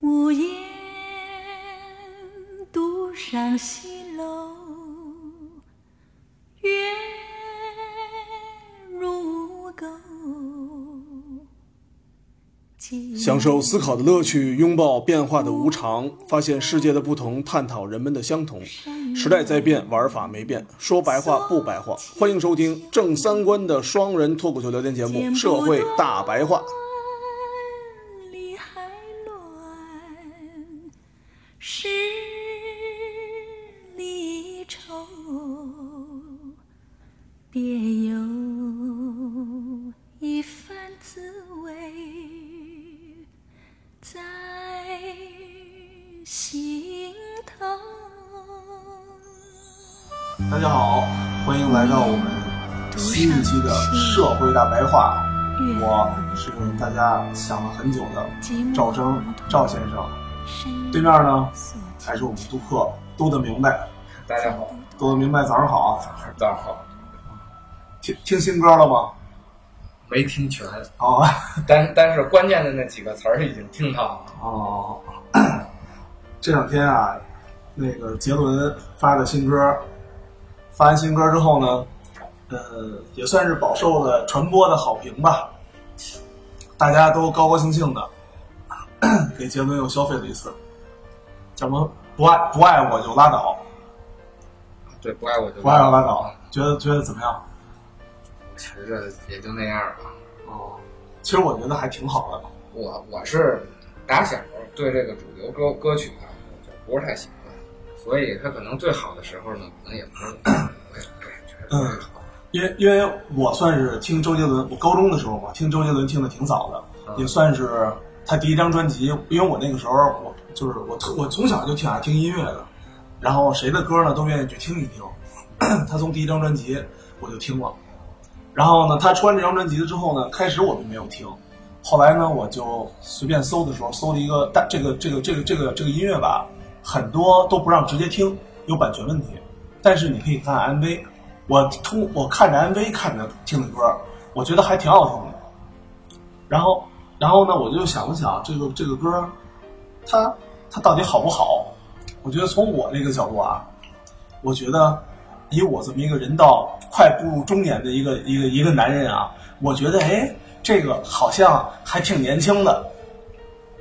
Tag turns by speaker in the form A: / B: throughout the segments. A: 孤雁独上西楼，月如钩。
B: 享受思考的乐趣，拥抱变化的无常，发现世界的不同，探讨人们的相同。时代在变，玩法没变。说白话不白话，欢迎收听正三观的双人脱口秀聊天节目《社会大白话》。
A: 里还乱，十里愁，别有一番滋味在心头。
B: 大家好，欢迎来到我们新一期的《社会大白话》，我是大家想了很久的赵征赵先生。对面呢，还是我们杜克都得明白，
C: 大家好，
B: 都得明白，早上好。啊
C: 大家好，
B: 听听新歌了吗？
C: 没听全，
B: 哦
C: 但但是关键的那几个词儿已经听到了。
B: 哦， 这两天啊，那个杰伦发的新歌，发完新歌之后呢，呃，也算是饱受了传播的好评吧，大家都高高兴兴的 给杰伦又消费了一次，怎么不爱不爱我就拉倒，
C: 对，不爱我就
B: 不爱我拉倒，觉得觉得怎么样？
C: 觉着也就那样吧。
B: 哦，其实我觉得还挺好的。
C: 我我是打小对这个主流歌歌曲啊，我就不是太喜欢，所以它可能最好的时候呢，可能也不是
B: 嗯
C: 我也不是觉得最好。
B: 因为因为我算是听周杰伦，我高中的时候嘛，听周杰伦听的挺早的，
C: 嗯
B: 也算是他第一张专辑。因为我那个时候，我就是我特我从小就挺爱听音乐的，然后谁的歌呢都愿意去听一听。 他从第一张专辑我就听了，然后呢，他出完这张专辑了之后呢，开始我并没有听，后来呢，我就随便搜的时候搜了一个，但这个这个这个这个这个音乐吧，很多都不让直接听，有版权问题。但是你可以看 MV，我通我看着 MV 看着听的歌，我觉得还挺好听的。然后，然后呢，我就想了想，这个这个歌，它它到底好不好？我觉得从我这个角度啊，我觉得以我这么一个人到快步入中年的一个一个一个男人啊，我觉得哎，这个好像还挺年轻的。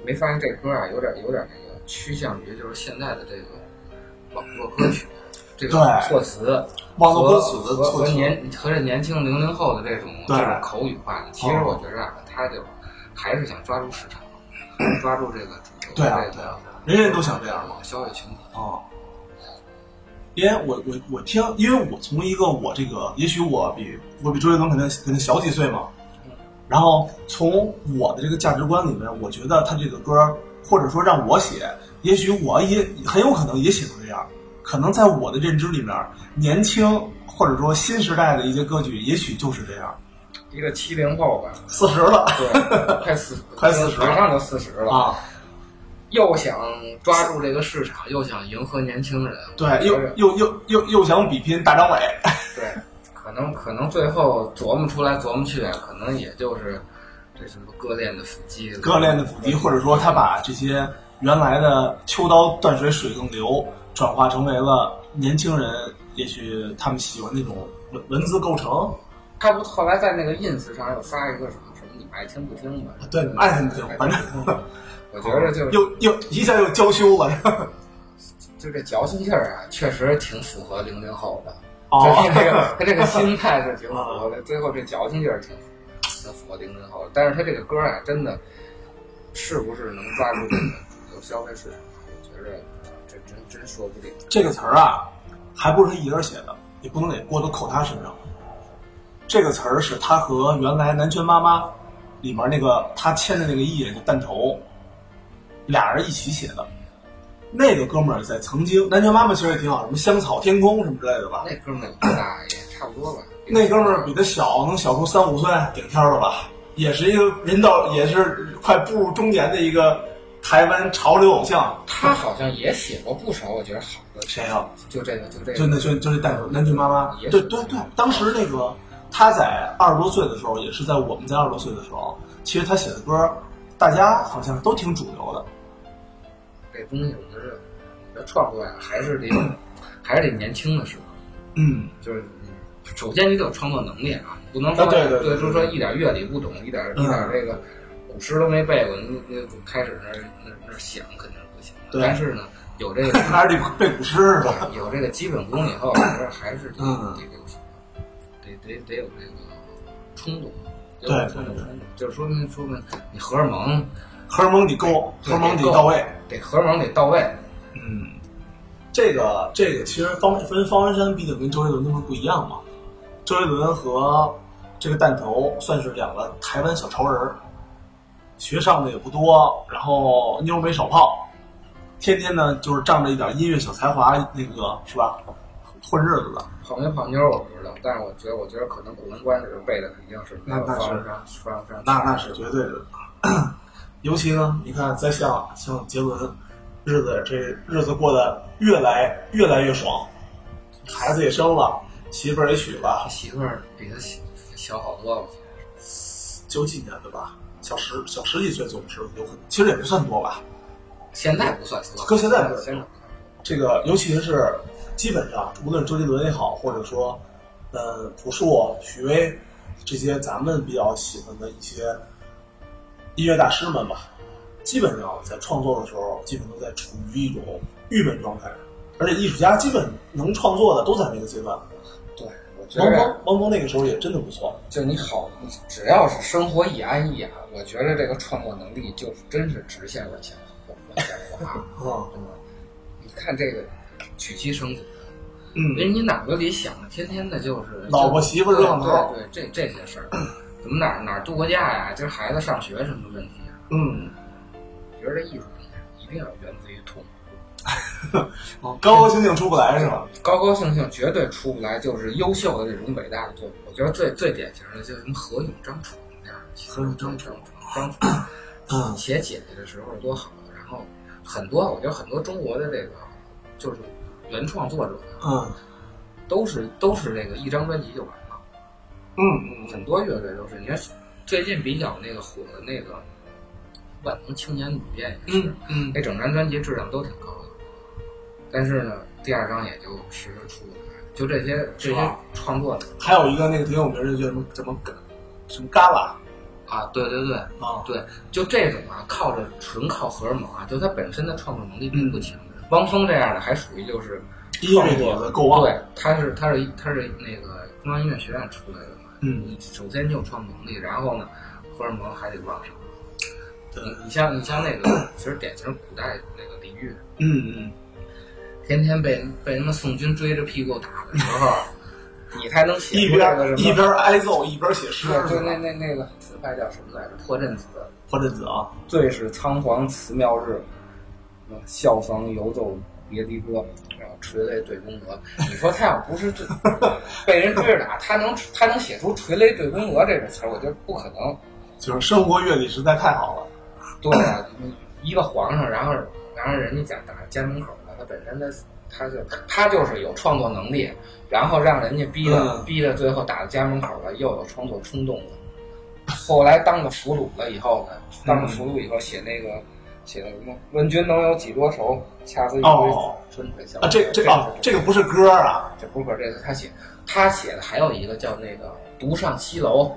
C: 没发现这歌啊，有点有点那个趋向于就是现在的这个网络歌曲，这个
B: 对
C: 措辞。
B: 网络歌
C: 和
B: 曲的
C: 和
B: 措
C: 和
B: 辞
C: 年和这年轻零零后的这种
B: 对
C: 这种口语化的，其实
B: 哦
C: 我觉着啊，他就还是想抓住市场，抓住这个主
B: 对
C: 流
B: 啊
C: 这
B: 对
C: 个
B: 啊，人人都想这样嘛。
C: 消费群体。
B: 哦，因为我我我听，因为我从一个我这个，也许我比我比周杰伦可能可能小几岁嘛，然后从我的这个价值观里面，我觉得他这个歌，或者说让我写，也许我也很有可能也写成这样。可能在我的认知里面，年轻或者说新时代的一些歌曲，也许就是这样。
C: 一个七零后吧，
B: 四十了
C: 对，快四
B: 快40了
C: 马上就四十了，
B: 啊，
C: 又想抓住这个市场，又想迎合年轻人，
B: 对，
C: 又
B: 又又又又又想比拼大张伟，
C: 对，可能可能最后琢磨出来琢磨去，可能也就是这什么割裂的腹肌，
B: 割裂的腹肌，或者说他把这些原来的秋刀断水水更流，转化成为了年轻人，也许他们喜欢那种文文字构成。
C: 他不后来在那个 ins 上又发一个什么什么，你们爱听不听吧？
B: 对你们爱听不听反正 哦
C: 我觉得就
B: 又又一下又娇羞了，
C: 就这矫情劲儿啊，确实挺符合零零后的。
B: 哦
C: 就，他这个他这个心态是挺符合的，最后这矫情劲儿挺挺符合零零后的。但是他这个歌啊，真的是不是能抓住这个主流消费市场？啊我觉着这真真说不定。
B: 这个词儿啊，还不是他一人写的，也不能给锅都扣他身上。这个词儿是他和原来《南拳妈妈》里面那个他签的那个艺人弹头，俩人一起写的。那个哥们儿在曾经《南拳妈妈》其实也挺好，什么《香草天空》什么之类的吧。
C: 那哥们儿多大也差不多吧？
B: 那哥们儿比他小，能小出三五岁，顶天儿了吧？也是一个人到，也是快步入中年的一个台湾潮流偶像。
C: 他好像也写过不少，我觉得好的。
B: 谁呀、
C: 就这个，就这个，
B: 真的就就是带头南拳妈妈，对对对，当时那个他在二十多岁的时候，也是在我们在二十多岁的时候，其实他写的歌，大家好像都挺主流的，
C: 这东西，我觉得要创作呀，还是得有，还是得年轻的时候，
B: 嗯，
C: 就是你首先你得有创作能力啊，你不能说、
B: 啊对对对
C: 就是说一点乐理不懂，一点
B: 嗯
C: 一点这个古诗都没背过，你你你开始那儿那儿那儿想肯定是不行的。
B: 对
C: 但是呢，有这个
B: 还是得背古诗是吧？
C: 有这个基本功 以后，我觉得还是得
B: 嗯
C: 得得得得有这个冲动。
B: 对
C: 得有冲动
B: 对
C: 就是说明说明你荷尔蒙
B: 荷尔蒙得够，荷
C: 对
B: 尔蒙得
C: 得够
B: 到位。
C: 得荷尔蒙得到位，
B: 嗯，这个这个其实方分方文山毕竟跟周杰伦他们不一样嘛，周杰伦和这个弹头算是两个台湾小潮人儿，学上的也不多，然后妞儿没少泡，天天呢就是仗着一点音乐小才华，那个是吧，混日子的。
C: 泡没泡妞儿我不知道，但是我觉得我觉得可能古文观止背的肯定是
B: 那那是
C: 方上方上
B: 那那是绝对的。啊尤其呢，你看，再像像杰伦，日子这日子过得越来越来越爽，孩子也生了，媳妇儿也娶
C: 他
B: 了，
C: 媳妇儿比他小小好多了，
B: 九几年的吧，小十小十几岁总是有很，其实也不算多吧。
C: 现在不算多，
B: 搁现在不
C: 现在
B: 这个尤其是基本上，无论是周杰伦也好，或者说，呃，朴树、许巍这些咱们比较喜欢的一些音乐大师们吧，基本上在创作的时候，基本都在处于一种郁闷状态，而且艺术家基本能创作的都在那个阶段。
C: 对，我觉
B: 汪
C: 得
B: 峰，汪峰那个时候也真的不错，
C: 就你好，你只要是生活一安逸啊，我觉得这个创作能力就是真是直线往前往前滑。
B: 嗯
C: 真的，你看这个娶妻生子，
B: 嗯，
C: 人你脑子里想的天天的就是
B: 老婆媳妇儿热闹头，
C: 对对对这这些事儿，怎么哪儿哪儿度过假呀？今儿孩子上学什么问题呀？
B: 嗯，
C: 觉得这艺术东西一定要源自于痛苦，
B: 高高兴兴出不来是吧？
C: 高高兴兴绝对出不来，就是优秀的这种伟大的作品。我觉得最最典型的就是什么何勇、张楚那样的，
B: 何勇张
C: 楚、张楚。
B: 嗯
C: 写姐姐的时候多好，然后很多我觉得很多中国的这个就是原创作者啊
B: 嗯
C: 都是都是这个一张专辑就完了，
B: 嗯嗯
C: 很多乐队都是。你看最近比较那个火的那个万能青年旅店也是，
B: 嗯嗯
C: 那整张专辑质量都挺高的，但是呢，第二张也就迟迟出不来。就这些
B: 是
C: 这些
B: 吧
C: 创作者
B: 还有一个那个挺有名的叫什么什么什么旮旯。
C: 啊，对对对，
B: 啊，
C: 对，就这种啊，靠着纯靠荷尔蒙啊，就他本身的创作能力并不强。嗯汪峰这样的还属于就是
B: 音乐底子够旺，
C: 对，他是他是他是那个中央音乐学院出来的嘛，
B: 嗯
C: 你首先你有创作能力，然后呢，荷尔蒙还得旺盛。
B: 对
C: 你你像你像那个，其实典型古代那个李煜，
B: 嗯嗯，
C: 天天被被他妈宋军追着屁股打的时候，你才能写
B: 一
C: 出来个
B: 边
C: 什么？
B: 一边挨揍一边写诗，
C: 对，就是那
B: 吧？
C: 那那个词牌叫什么来着？破阵子。
B: 破阵子啊，
C: 最是仓皇辞庙日，嗯校房游奏别离歌，然后垂泪对宫娥。你说他要不是这 被人追着打，他能他能写出垂泪对宫娥这个词儿，我觉得不可能。
B: 就是生活阅历实在太好了，
C: 对啊，你一个皇上，然后然后人家家打家门口的，他本身他他就他就是有创作能力，然后让人家逼的、
B: 嗯
C: 逼的，最后打到家门口了，又有创作冲动了。后来当了俘虏了以后呢，当
B: 嗯
C: 了俘虏以后写那个、写那个什么“问君能有几多愁，恰似一堆
B: 哦
C: 春水向
B: 啊，这这啊这
C: 个
B: 个不是歌啊，
C: 这不可这个他写他写的还有一个叫那个“独上西楼”，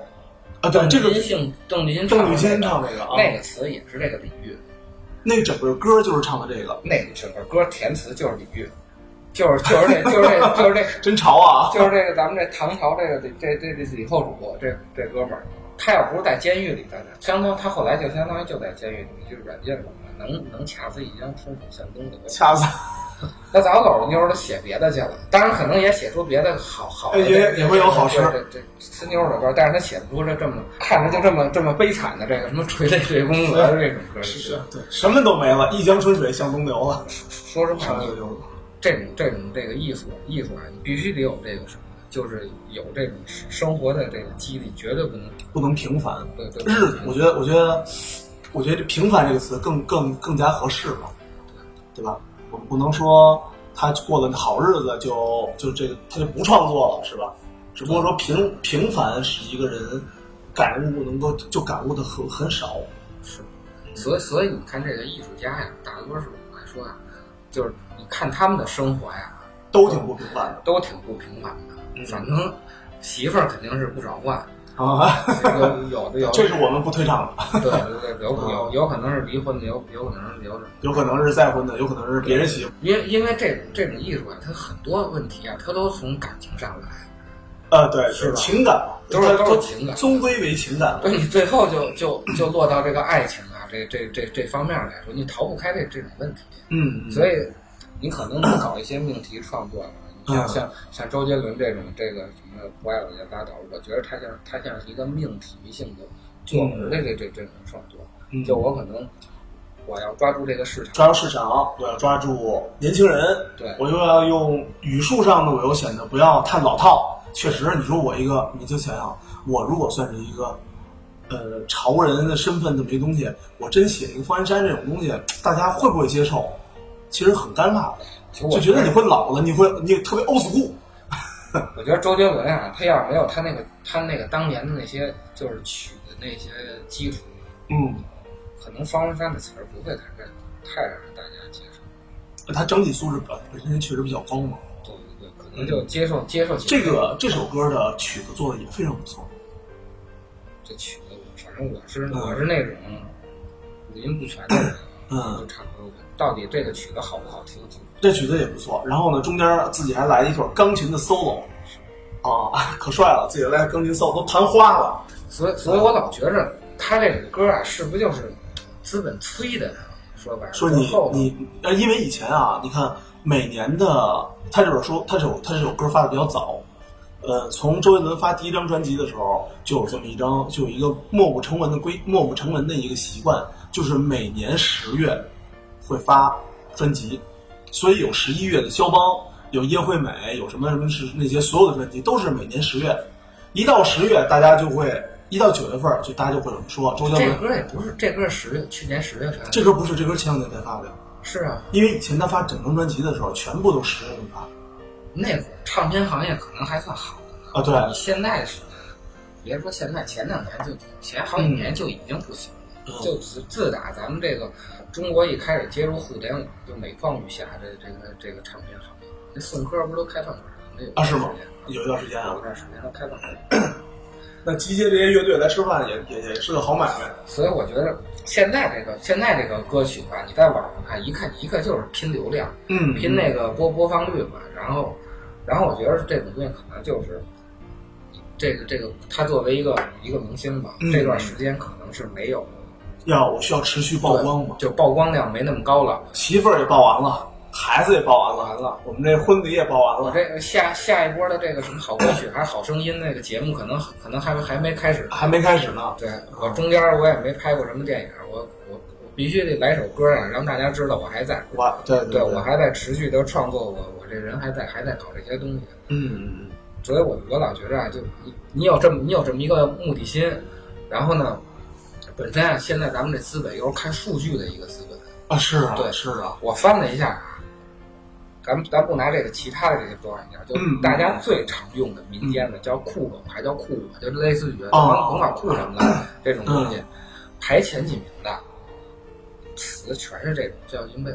B: 啊对，这个
C: 郑钧姓郑钧唱的
B: 邓丽
C: 那
B: 欣
C: 个
B: 唱那个啊，
C: 那个词也是这个李煜。
B: 那整个歌就是唱的这个，
C: 那整个歌填词就是李煜，就是就是这就是这就是这
B: 真潮啊，
C: 就是这个咱们这唐朝这个这这这李后主这这哥们儿，他要不是在监狱里头呢，相当他后来就相当于就在监狱里就是软禁了嘛，能能掐死一江春水向东流。
B: 恰似
C: 他早走着妞儿都写别的去了，当然可能也写出别的好好的
B: 哎也也会有好诗
C: 对对对，呲妞儿的歌，但是他写不出这这么看着就这么这么悲惨的这个什么垂泪对宫娥这种歌。
B: 是是，对，什么都没了，一江春水向东流了，
C: 说实话，
B: 啥
C: 你
B: 都有了，
C: 这种这种这个艺术艺术啊，你必须得有这个什么，就是有这种生活的这个激励，绝对不能
B: 不能平凡。
C: 对对
B: 日嗯 子，我觉得，我觉得，我觉得“平凡”这个词更更更加合适吧，对吧？我们不能说他过了好日子就就这个他就不创作了，是吧？只不过说平平凡是一个人感悟能够就感悟的很很少，
C: 所以所以你看这个艺术家呀，大多数来说呀、就是你看他们的生活呀，
B: 都挺不平凡的
C: 都挺不平凡
B: 嗯
C: 的。反正媳妇儿肯定是不少 换，
B: 啊，
C: 有有的有，
B: 这是我嗯们不推倡的，
C: 对对对，有有有可能是离婚的，有有可能是有
B: 有可能是再婚的，有可能是别人媳妇，
C: 因为因为这种这种艺术啊，它很多问题啊，它都从感情上来，
B: 呃，对，
C: 是吧
B: 情感嘛，
C: 都是
B: 它
C: 都是情感
B: 终归为情感嘛，
C: 所以你最后就就就落到这个爱情啊，这这这这方面来说，你逃不开这这种问题，
B: 嗯，
C: 所
B: 以
C: 以你可能能搞一些命题创作啊，你
B: 嗯
C: 像像像周杰伦这种这个什么不爱我就拉倒，我觉得他像他像是一个命题性的作
B: 嗯
C: 文的这这这种创作，就我可能我要抓住这个市场，
B: 抓住市场，我要抓住年轻人，
C: 对
B: 我又要用语速上呢，我又显得不要太老套。确实，你说我一个，你就想想，我如果算是一个，呃，潮人的身份这么一东西，我真写一个方文山这种东西，大家会不会接受？其实很尴尬的，
C: 其实我
B: 就觉得你会老了，你会你特别 old school。
C: 我觉得周杰伦啊，他要是没有他那个他那个当年的那些就是曲的那些基础，
B: 嗯，
C: 可能方文山的词儿不会太让太让大家接受。
B: 他整体素质本本身确实比较高嘛。
C: 对对对，可能就接受接受起
B: 这个这首歌的曲子做的也非常不错。
C: 这曲子，反正我是我是那种五音不全的人，
B: 嗯
C: 就差不多。到底这个曲子好不好听？
B: 这曲子也不错。然后呢，中间自己还来一段钢琴的 solo，啊， 可帅了，自己来钢琴 solo 都弹花了。
C: 所以所以我老觉着他这个歌啊，是不是就是资本催的？说白了，
B: 说你
C: 后头
B: 你呃，因为以前啊，你看每年的他这首说他这首他这首歌发的比较早，呃，从周杰伦发第一张专辑的时候，就有这么一张，就有一个默不成文的规默不成文的一个习惯，就是每年十月会发专辑，所以有十一月的肖邦，有叶惠美，有什么什么是那些所有的专辑都是每年十月，一到十月大家就会。一到九月份儿，就大家就会有人说周杰
C: 这
B: 伦
C: 歌也不是，这歌十月去年十月份
B: 这歌不是这歌，前两年才发的，
C: 是啊，
B: 因为以前他发整张专辑的时候，全部都十月份发
C: 那会儿唱片行业可能还算好的呢。
B: 啊，对，
C: 你呃现在是，别说现在，前两年就前好几年就已经不行了。
B: 嗯
C: 就自自打咱们这个中国一开始接入互联网，就每况愈下，这这个这个唱片行业，那宋柯不都开饭馆了吗？有
B: 啊是吗
C: 段时间
B: 有一段时间啊
C: 有，段时间都开饭馆，
B: 那集结这些乐队来吃饭也也也是个好买卖。
C: 所以我觉得现在这个现在这个歌曲吧，你在网上看一看，一个就是拼流量，
B: 嗯
C: 拼那个播播放率嘛，然后，然后我觉得这种东西可能就是，这个这个他作为一个一个明星吧，
B: 嗯
C: 这段时间可能是没有
B: 要我需要持续曝光嘛，
C: 就曝光量没那么高了。
B: 媳妇儿也报完了，孩子也报完了，
C: 完了，
B: 我们这婚礼也报完
C: 我
B: 了，
C: 这个下下一波的这个什么好歌曲还是好声音那个节目，可能可能还没还没开始。
B: 还没开始呢。
C: 对我中间我也没拍过什么电影，我我我必须得来首歌啊，让大家知道我还在。
B: 我对
C: 对
B: 对，
C: 我还在持续的创作，我我这人还在还在搞这些东西。
B: 嗯嗯
C: 所以我我老觉着啊，就你你有这么你有这么一个目的心，然后呢，本身啊，现在咱们这资本又是看数据的一个资本。
B: 啊是啊
C: 对
B: 是啊，
C: 我翻了一下啊，咱们咱不拿这个其他的这些多少年，就
B: 嗯
C: 大家最常用的民间的叫酷狗，还叫酷我，就类似于甭
B: 哦
C: 甭管酷什么的这种东西，排前几名的词全是这种叫因为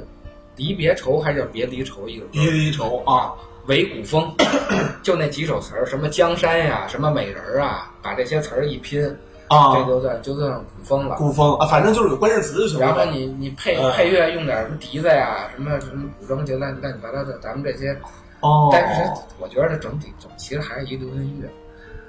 C: 离别愁还叫别离愁一首歌，
B: 别离愁啊，
C: 伪古风， 就那几首词儿，什么江山呀、什么美人儿啊，把这些词儿一拼，这
B: 啊，
C: 就算就算古风了。
B: 古风啊，反正就是有关键词就行
C: 然后
B: 了。
C: 你你配
B: 嗯
C: 配乐用点什么笛子呀、什么什么古筝节乱乱七八糟的，咱们这些，
B: 哦，
C: 但是我觉得这整体总其实还是一流行音乐，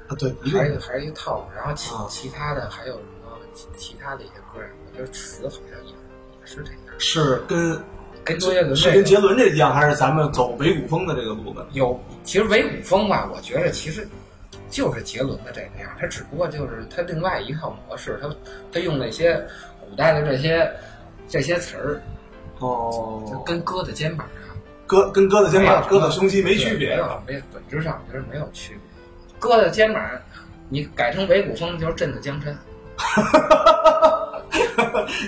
B: 啊对，
C: 还是还是一套路。然后其
B: 嗯
C: 其他的还有什么其其他的一些歌儿，我觉得词好像也也是这样，
B: 是跟
C: 跟周杰伦
B: 是
C: 这
B: 跟
C: 个
B: 杰伦这一样，还是咱们走伪古风的这个路子？
C: 有，其实伪古风吧，我觉得其实就是杰伦的这个样，他只不过就是他另外一套模式，他他用那些古代的这些这些词儿，就
B: 哦，
C: 跟哥的肩膀啊，
B: 哥跟哥的肩
C: 没有
B: 膀、哥的胸肌没
C: 对
B: 区别
C: 没有，没有本质上就是没有区别。哥的肩膀，你改成伪古风就是朕的 江山，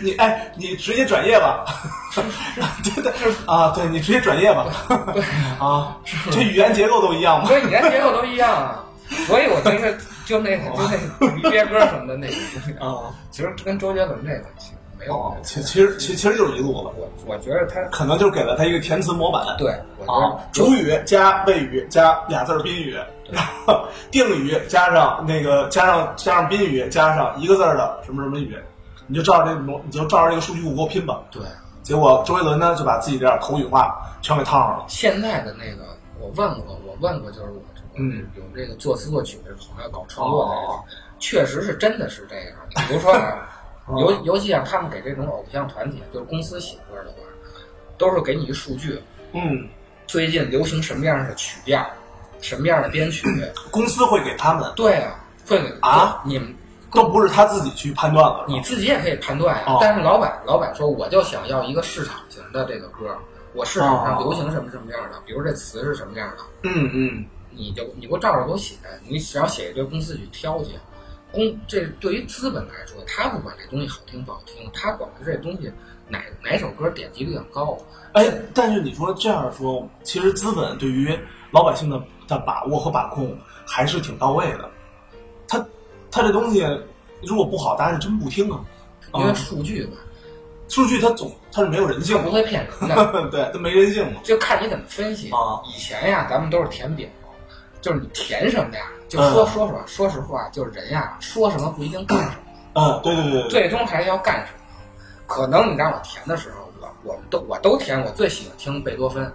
B: 你哎，你直接转业 吧，对对啊，对你直接转业吧，啊，这语言结构都一样吗？
C: 所以你连结构都一样啊。所以我觉得就那个就那个离别歌什么的那个东西，
B: 啊，
C: 其实跟周杰伦这个其实没没有
B: 哦，其其实其其实就是一路子，
C: 我我觉得他
B: 可能就是给了他一个填词模板。
C: 对，我觉
B: 啊
C: 得，
B: 主语加谓语加俩字儿宾语，然后定语加上那个加上加上宾语加上一个字儿的什么什么语，你就照着这个模，你就照着这个数据库给我拼吧。
C: 对
B: 结果周杰伦呢就把自己这点口语化全给套上了。
C: 现在的那个，我问过，我问过，就是我这个
B: 嗯
C: 有这个作词作曲的朋友搞创作的人，确实是真的是这样。比如说啊，
B: 哦
C: 尤尤其像他们给这种偶像团体，就是公司写歌的话，都是给你一数据，
B: 嗯，
C: 最近流行什么样的曲调，什么样的编 曲。
B: 公司会给他们，
C: 对啊，会给
B: 啊，
C: 你们
B: 都不是他自己去判断了。是吧
C: 你自己也可以判断呀、
B: 哦
C: 但是老板老板说，我就想要一个市场型的这个歌，我市场上
B: 哦
C: 流行什么什么样的，比如这词是什么样的。
B: 嗯嗯，
C: 你就你给我照着给我写，你只要写一堆公司去挑去。公这对于资本来说，他不管这东西好听不好听，他管的是这东西哪哪首歌点击率很高。
B: 哎，但是你说这样说，其实资本对于老百姓的的把握和把控还是挺到位的。他他这东西如果不好，大家是真不听啊。
C: 因为
B: 啊
C: 数据吧，
B: 数据它总它是没有人性
C: 就不
B: 的，
C: 会骗人 的，
B: 对，它没人性嘛。
C: 就看你怎么分析
B: 啊。
C: 以前呀，咱们都是填表，就是你填什么呀，就说
B: 嗯
C: 说实话，说实话，就是人呀，说什么不一定干什么，
B: 嗯，对对对对，
C: 最终还是要干什么。可能你让我填的时候，我我们都我都填，我最喜欢听贝多芬，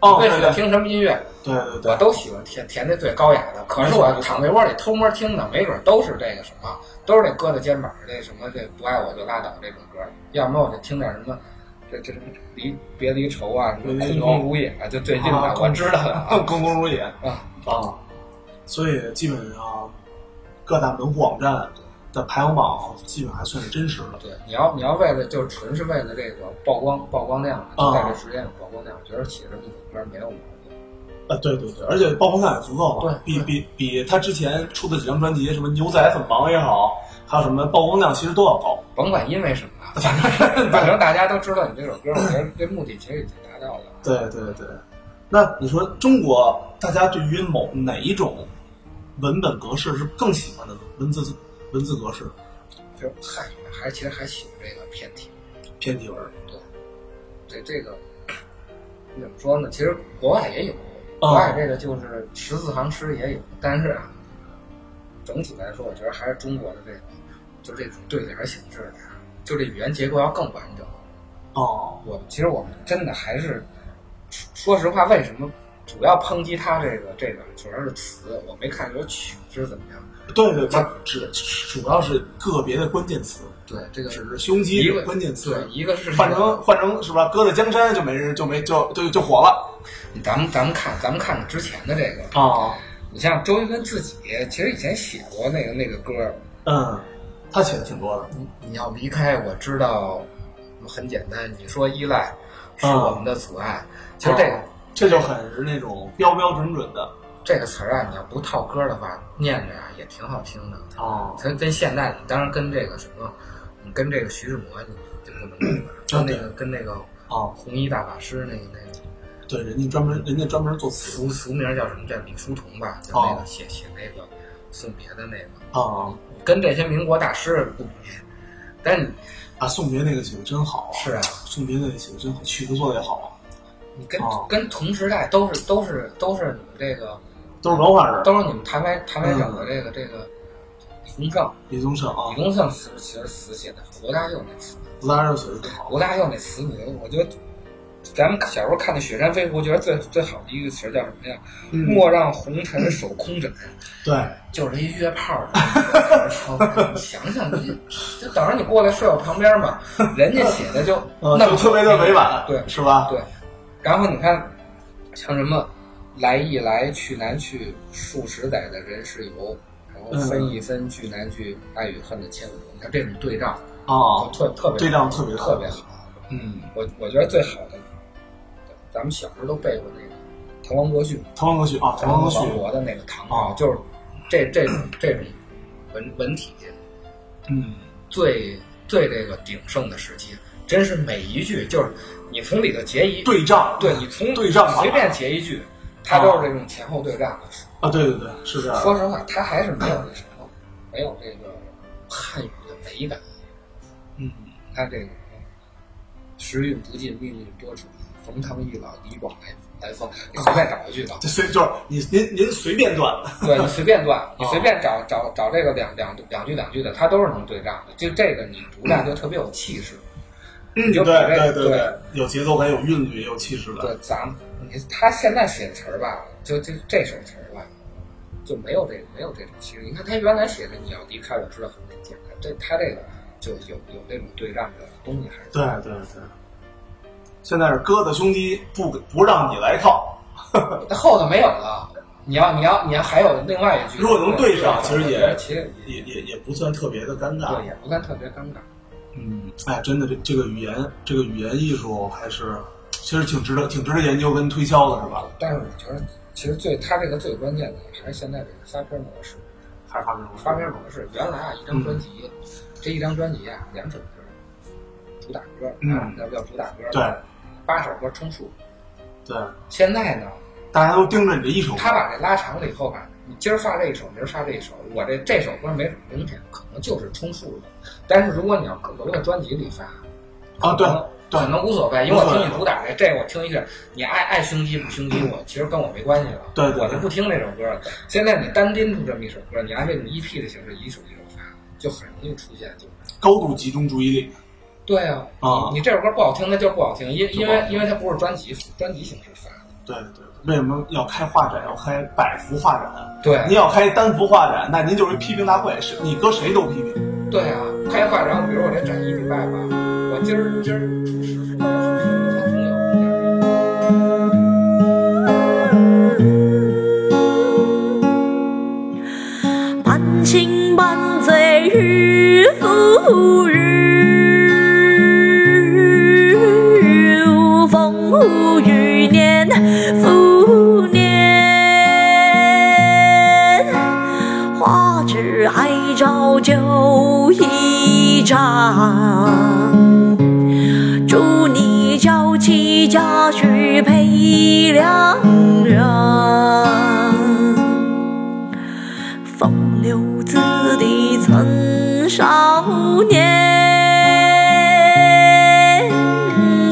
B: 哦，
C: 最
B: 对
C: 喜欢
B: 对
C: 听什么音乐，
B: 对对
C: 我
B: 对，
C: 都喜欢填填那最高雅的，可是我躺被窝里偷摸听的，没准都是这个什么，都是这搁在肩膀这什么这不爱我就拉倒这种歌，要么我就听点什么，这这离别离愁啊，什么空空如也啊，就最近
B: 啊
C: 的我知道的啊
B: 公公如也
C: 啊，
B: 啊，所以基本上各大门户网站的排行榜基本还算是真实的。
C: 对，你要你要为了就是纯是为了这个曝光曝光量，啊就在这时间有曝光量，我觉得写这么首歌没有毛病。
B: 呃，对对对，而且曝光量也足够了，
C: 对
B: 比比比他之前出的几张专辑，什么牛仔粉盲也好，还有什么曝光量，其实都要 高。
C: 甭管因为什么啊，反正反正大家都知道你这首歌，我觉得这目的其实已经达到了。
B: 对对对，那你说中国大家对于某哪一种文本格式是更喜欢的呢？文字文字格式
C: 就是汉语还其实还喜欢这个偏题。
B: 偏题文？
C: 这这个怎么说呢？其实国外也有，
B: 啊
C: 国外这个就是十四行诗也有，但是啊，整体来说，我觉得还是中国的这个，就这种对联形式的呀，就这语言结构要更完整。
B: 哦，
C: 我们其实我们真的还是，说实话，为什么主要抨击它这个这个主要是词，我没看有曲是怎么样。
B: 对对，它只主要是个别的关键词，
C: 对，这个
B: 只是胸
C: 一
B: 肌
C: 个
B: 关键词
C: 对，，一个是
B: 换成换成是吧？搁在江山就没人就没就就就火了
C: 咱们咱们看咱们看看之前的这个
B: 啊。
C: 你像周杰伦自己，其实以前写过那个那个歌儿，
B: 嗯，他写的挺多的。
C: 你你要离开，我知道，很简单。你说依赖是我们的阻碍，其实这个、
B: 啊这就很是那种标标准准的
C: 这个词儿啊，你要不套歌的话，念着啊也挺好听的。
B: 哦，
C: 它跟现代，你当然跟这个什么，你跟这个徐志摩，你就不能那 个，跟那个跟那个
B: 哦，
C: 红衣大法师那个那个
B: 对，人家专门人家专门做词
C: 俗俗名叫什么叫李叔同吧，就那个写写那个送别的那个，
B: 啊
C: 跟这些民国大师不比，但是
B: 啊！宋别那个写的真好啊，
C: 是啊。
B: 宋别那个写的真好，曲子做的也好啊，
C: 你跟、
B: 哦
C: 跟同时代都是都是都是你们这个
B: 都是文化人。
C: 都是你们台湾台湾
B: 嗯
C: 省的这个、这个李宗盛，
B: 李宗盛啊
C: 李，宗盛词其实词写的好，罗大佑那词，
B: 吴大佑写的真好。
C: 罗大佑那词你我觉得。咱们小时候看那《雪山飞狐》，觉得最最好的一个词叫什么呀？
B: 嗯
C: 莫让红尘守空枕，
B: 对，
C: 就是一约炮的。你 想想，你就等着你过来睡我旁边嘛。人家写 的就
B: 呃，
C: 那
B: 就
C: 么
B: 特别的委婉，
C: 对，
B: 是吧？
C: 对，然后你看，像什么“来易来，去难去，数十载的人世游”，然
B: 嗯
C: 后“分一分，聚难聚，爱与恨的千古愁”，你看这种对仗，
B: 啊，
C: 特特别
B: 对仗特别好
C: 特别好。
B: 嗯，
C: 我我觉得最好的，咱们小时候都背过那个《滕王阁序》，
B: 《滕王阁序》啊，《
C: 咱
B: 滕王
C: 们
B: 阁序
C: 王》国的那个唐朝，
B: 哦
C: 就是这这种这种文文体
B: 嗯，
C: 最最这个鼎盛的时期，真是每一句就是你从里头截一
B: 对仗，
C: 对你从
B: 啊对仗法
C: 随便截一句，他都是这种前后对仗的。
B: 啊，对对对，是这样。
C: 说实话，他还是没有那什么，没有这个汉语的美感。
B: 嗯，
C: 他这个时运不尽，命运多舛，冯唐易老，李广来来风，你随便找 一句吧。
B: 这随就是你您您随便断，
C: 对你随便断，你随便
B: 啊
C: 找找找这个两两两句两句的，他都是能对仗的。就这个你读上就特别有气势。
B: 嗯
C: 有
B: 对
C: 感觉
B: 对
C: 对
B: 对，有节奏感，有韵律，也有气势的。
C: 对，咱们你他现在写词儿吧，就就这首词儿吧，就没有这没有这种气势。你看他原来写的“你要离开我，知道很明显”，这他这个就有有这种对仗的东西还是。
B: 对对对，现在是哥的兄弟不不让你来靠，
C: 那后头没有了。你要你要你要还有另外一句，
B: 如果能对上其实也
C: 其实也
B: 也也也不算特别的尴尬
C: 对。也不算特别尴尬。
B: 嗯，哎，真的这这个语言这个语言艺术还是其实挺值得挺值得研究跟推销的是吧？
C: 但是我觉得，其实最它这个最关键的还是现在这个发片模式。
B: 还是发明
C: 发片模式原来啊，一张专辑，
B: 嗯
C: 这一张专辑啊，两首歌，主打歌，
B: 嗯
C: 啊，那叫主打歌，
B: 对，
C: 八首歌充数。
B: 对，
C: 现在呢，
B: 大家都盯着你这一首歌，
C: 他把这拉长了以后吧，你今儿发这一首，明儿发这一首，我这这首歌没准明天可能就是充数了。但是如果你要搁个专辑里发，
B: 啊，对对
C: 可能无所谓，因为
B: 无
C: 我
B: 所谓
C: 听你主打这，这我听一下，你爱爱胸肌不胸肌，我其实跟我没关系了，
B: 对对对
C: 我就不听这首歌了。现在你单拎出这么一首歌，你按这种 EP 的形式一首一首发，就很容易出现就是。
B: 高度集中注意力，
C: 对啊，
B: 啊
C: 你你这首歌不好听，那就不好听，因因
B: 就不
C: 为
B: 好听
C: 因为它不是专辑专辑形式发的，
B: 对对。为什么要开画展？要开百幅画展？
C: 对
B: 您要开单幅画展，那您就是批评大会，是你搁谁都批评。
C: 对啊，开画，然后比如我这展一礼拜吧，我今儿今儿出十幅，明儿出十幅，它总有空间儿。
A: 半醒半醉，日复日，无风无雨，年复年。花枝爱照旧一场，祝你娇妻嫁婿配良人。风流子弟曾少年，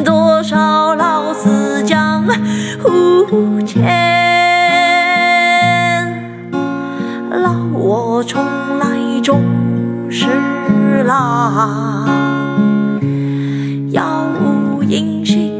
A: 多少老死江湖间，老我从来总是郎，杳无音信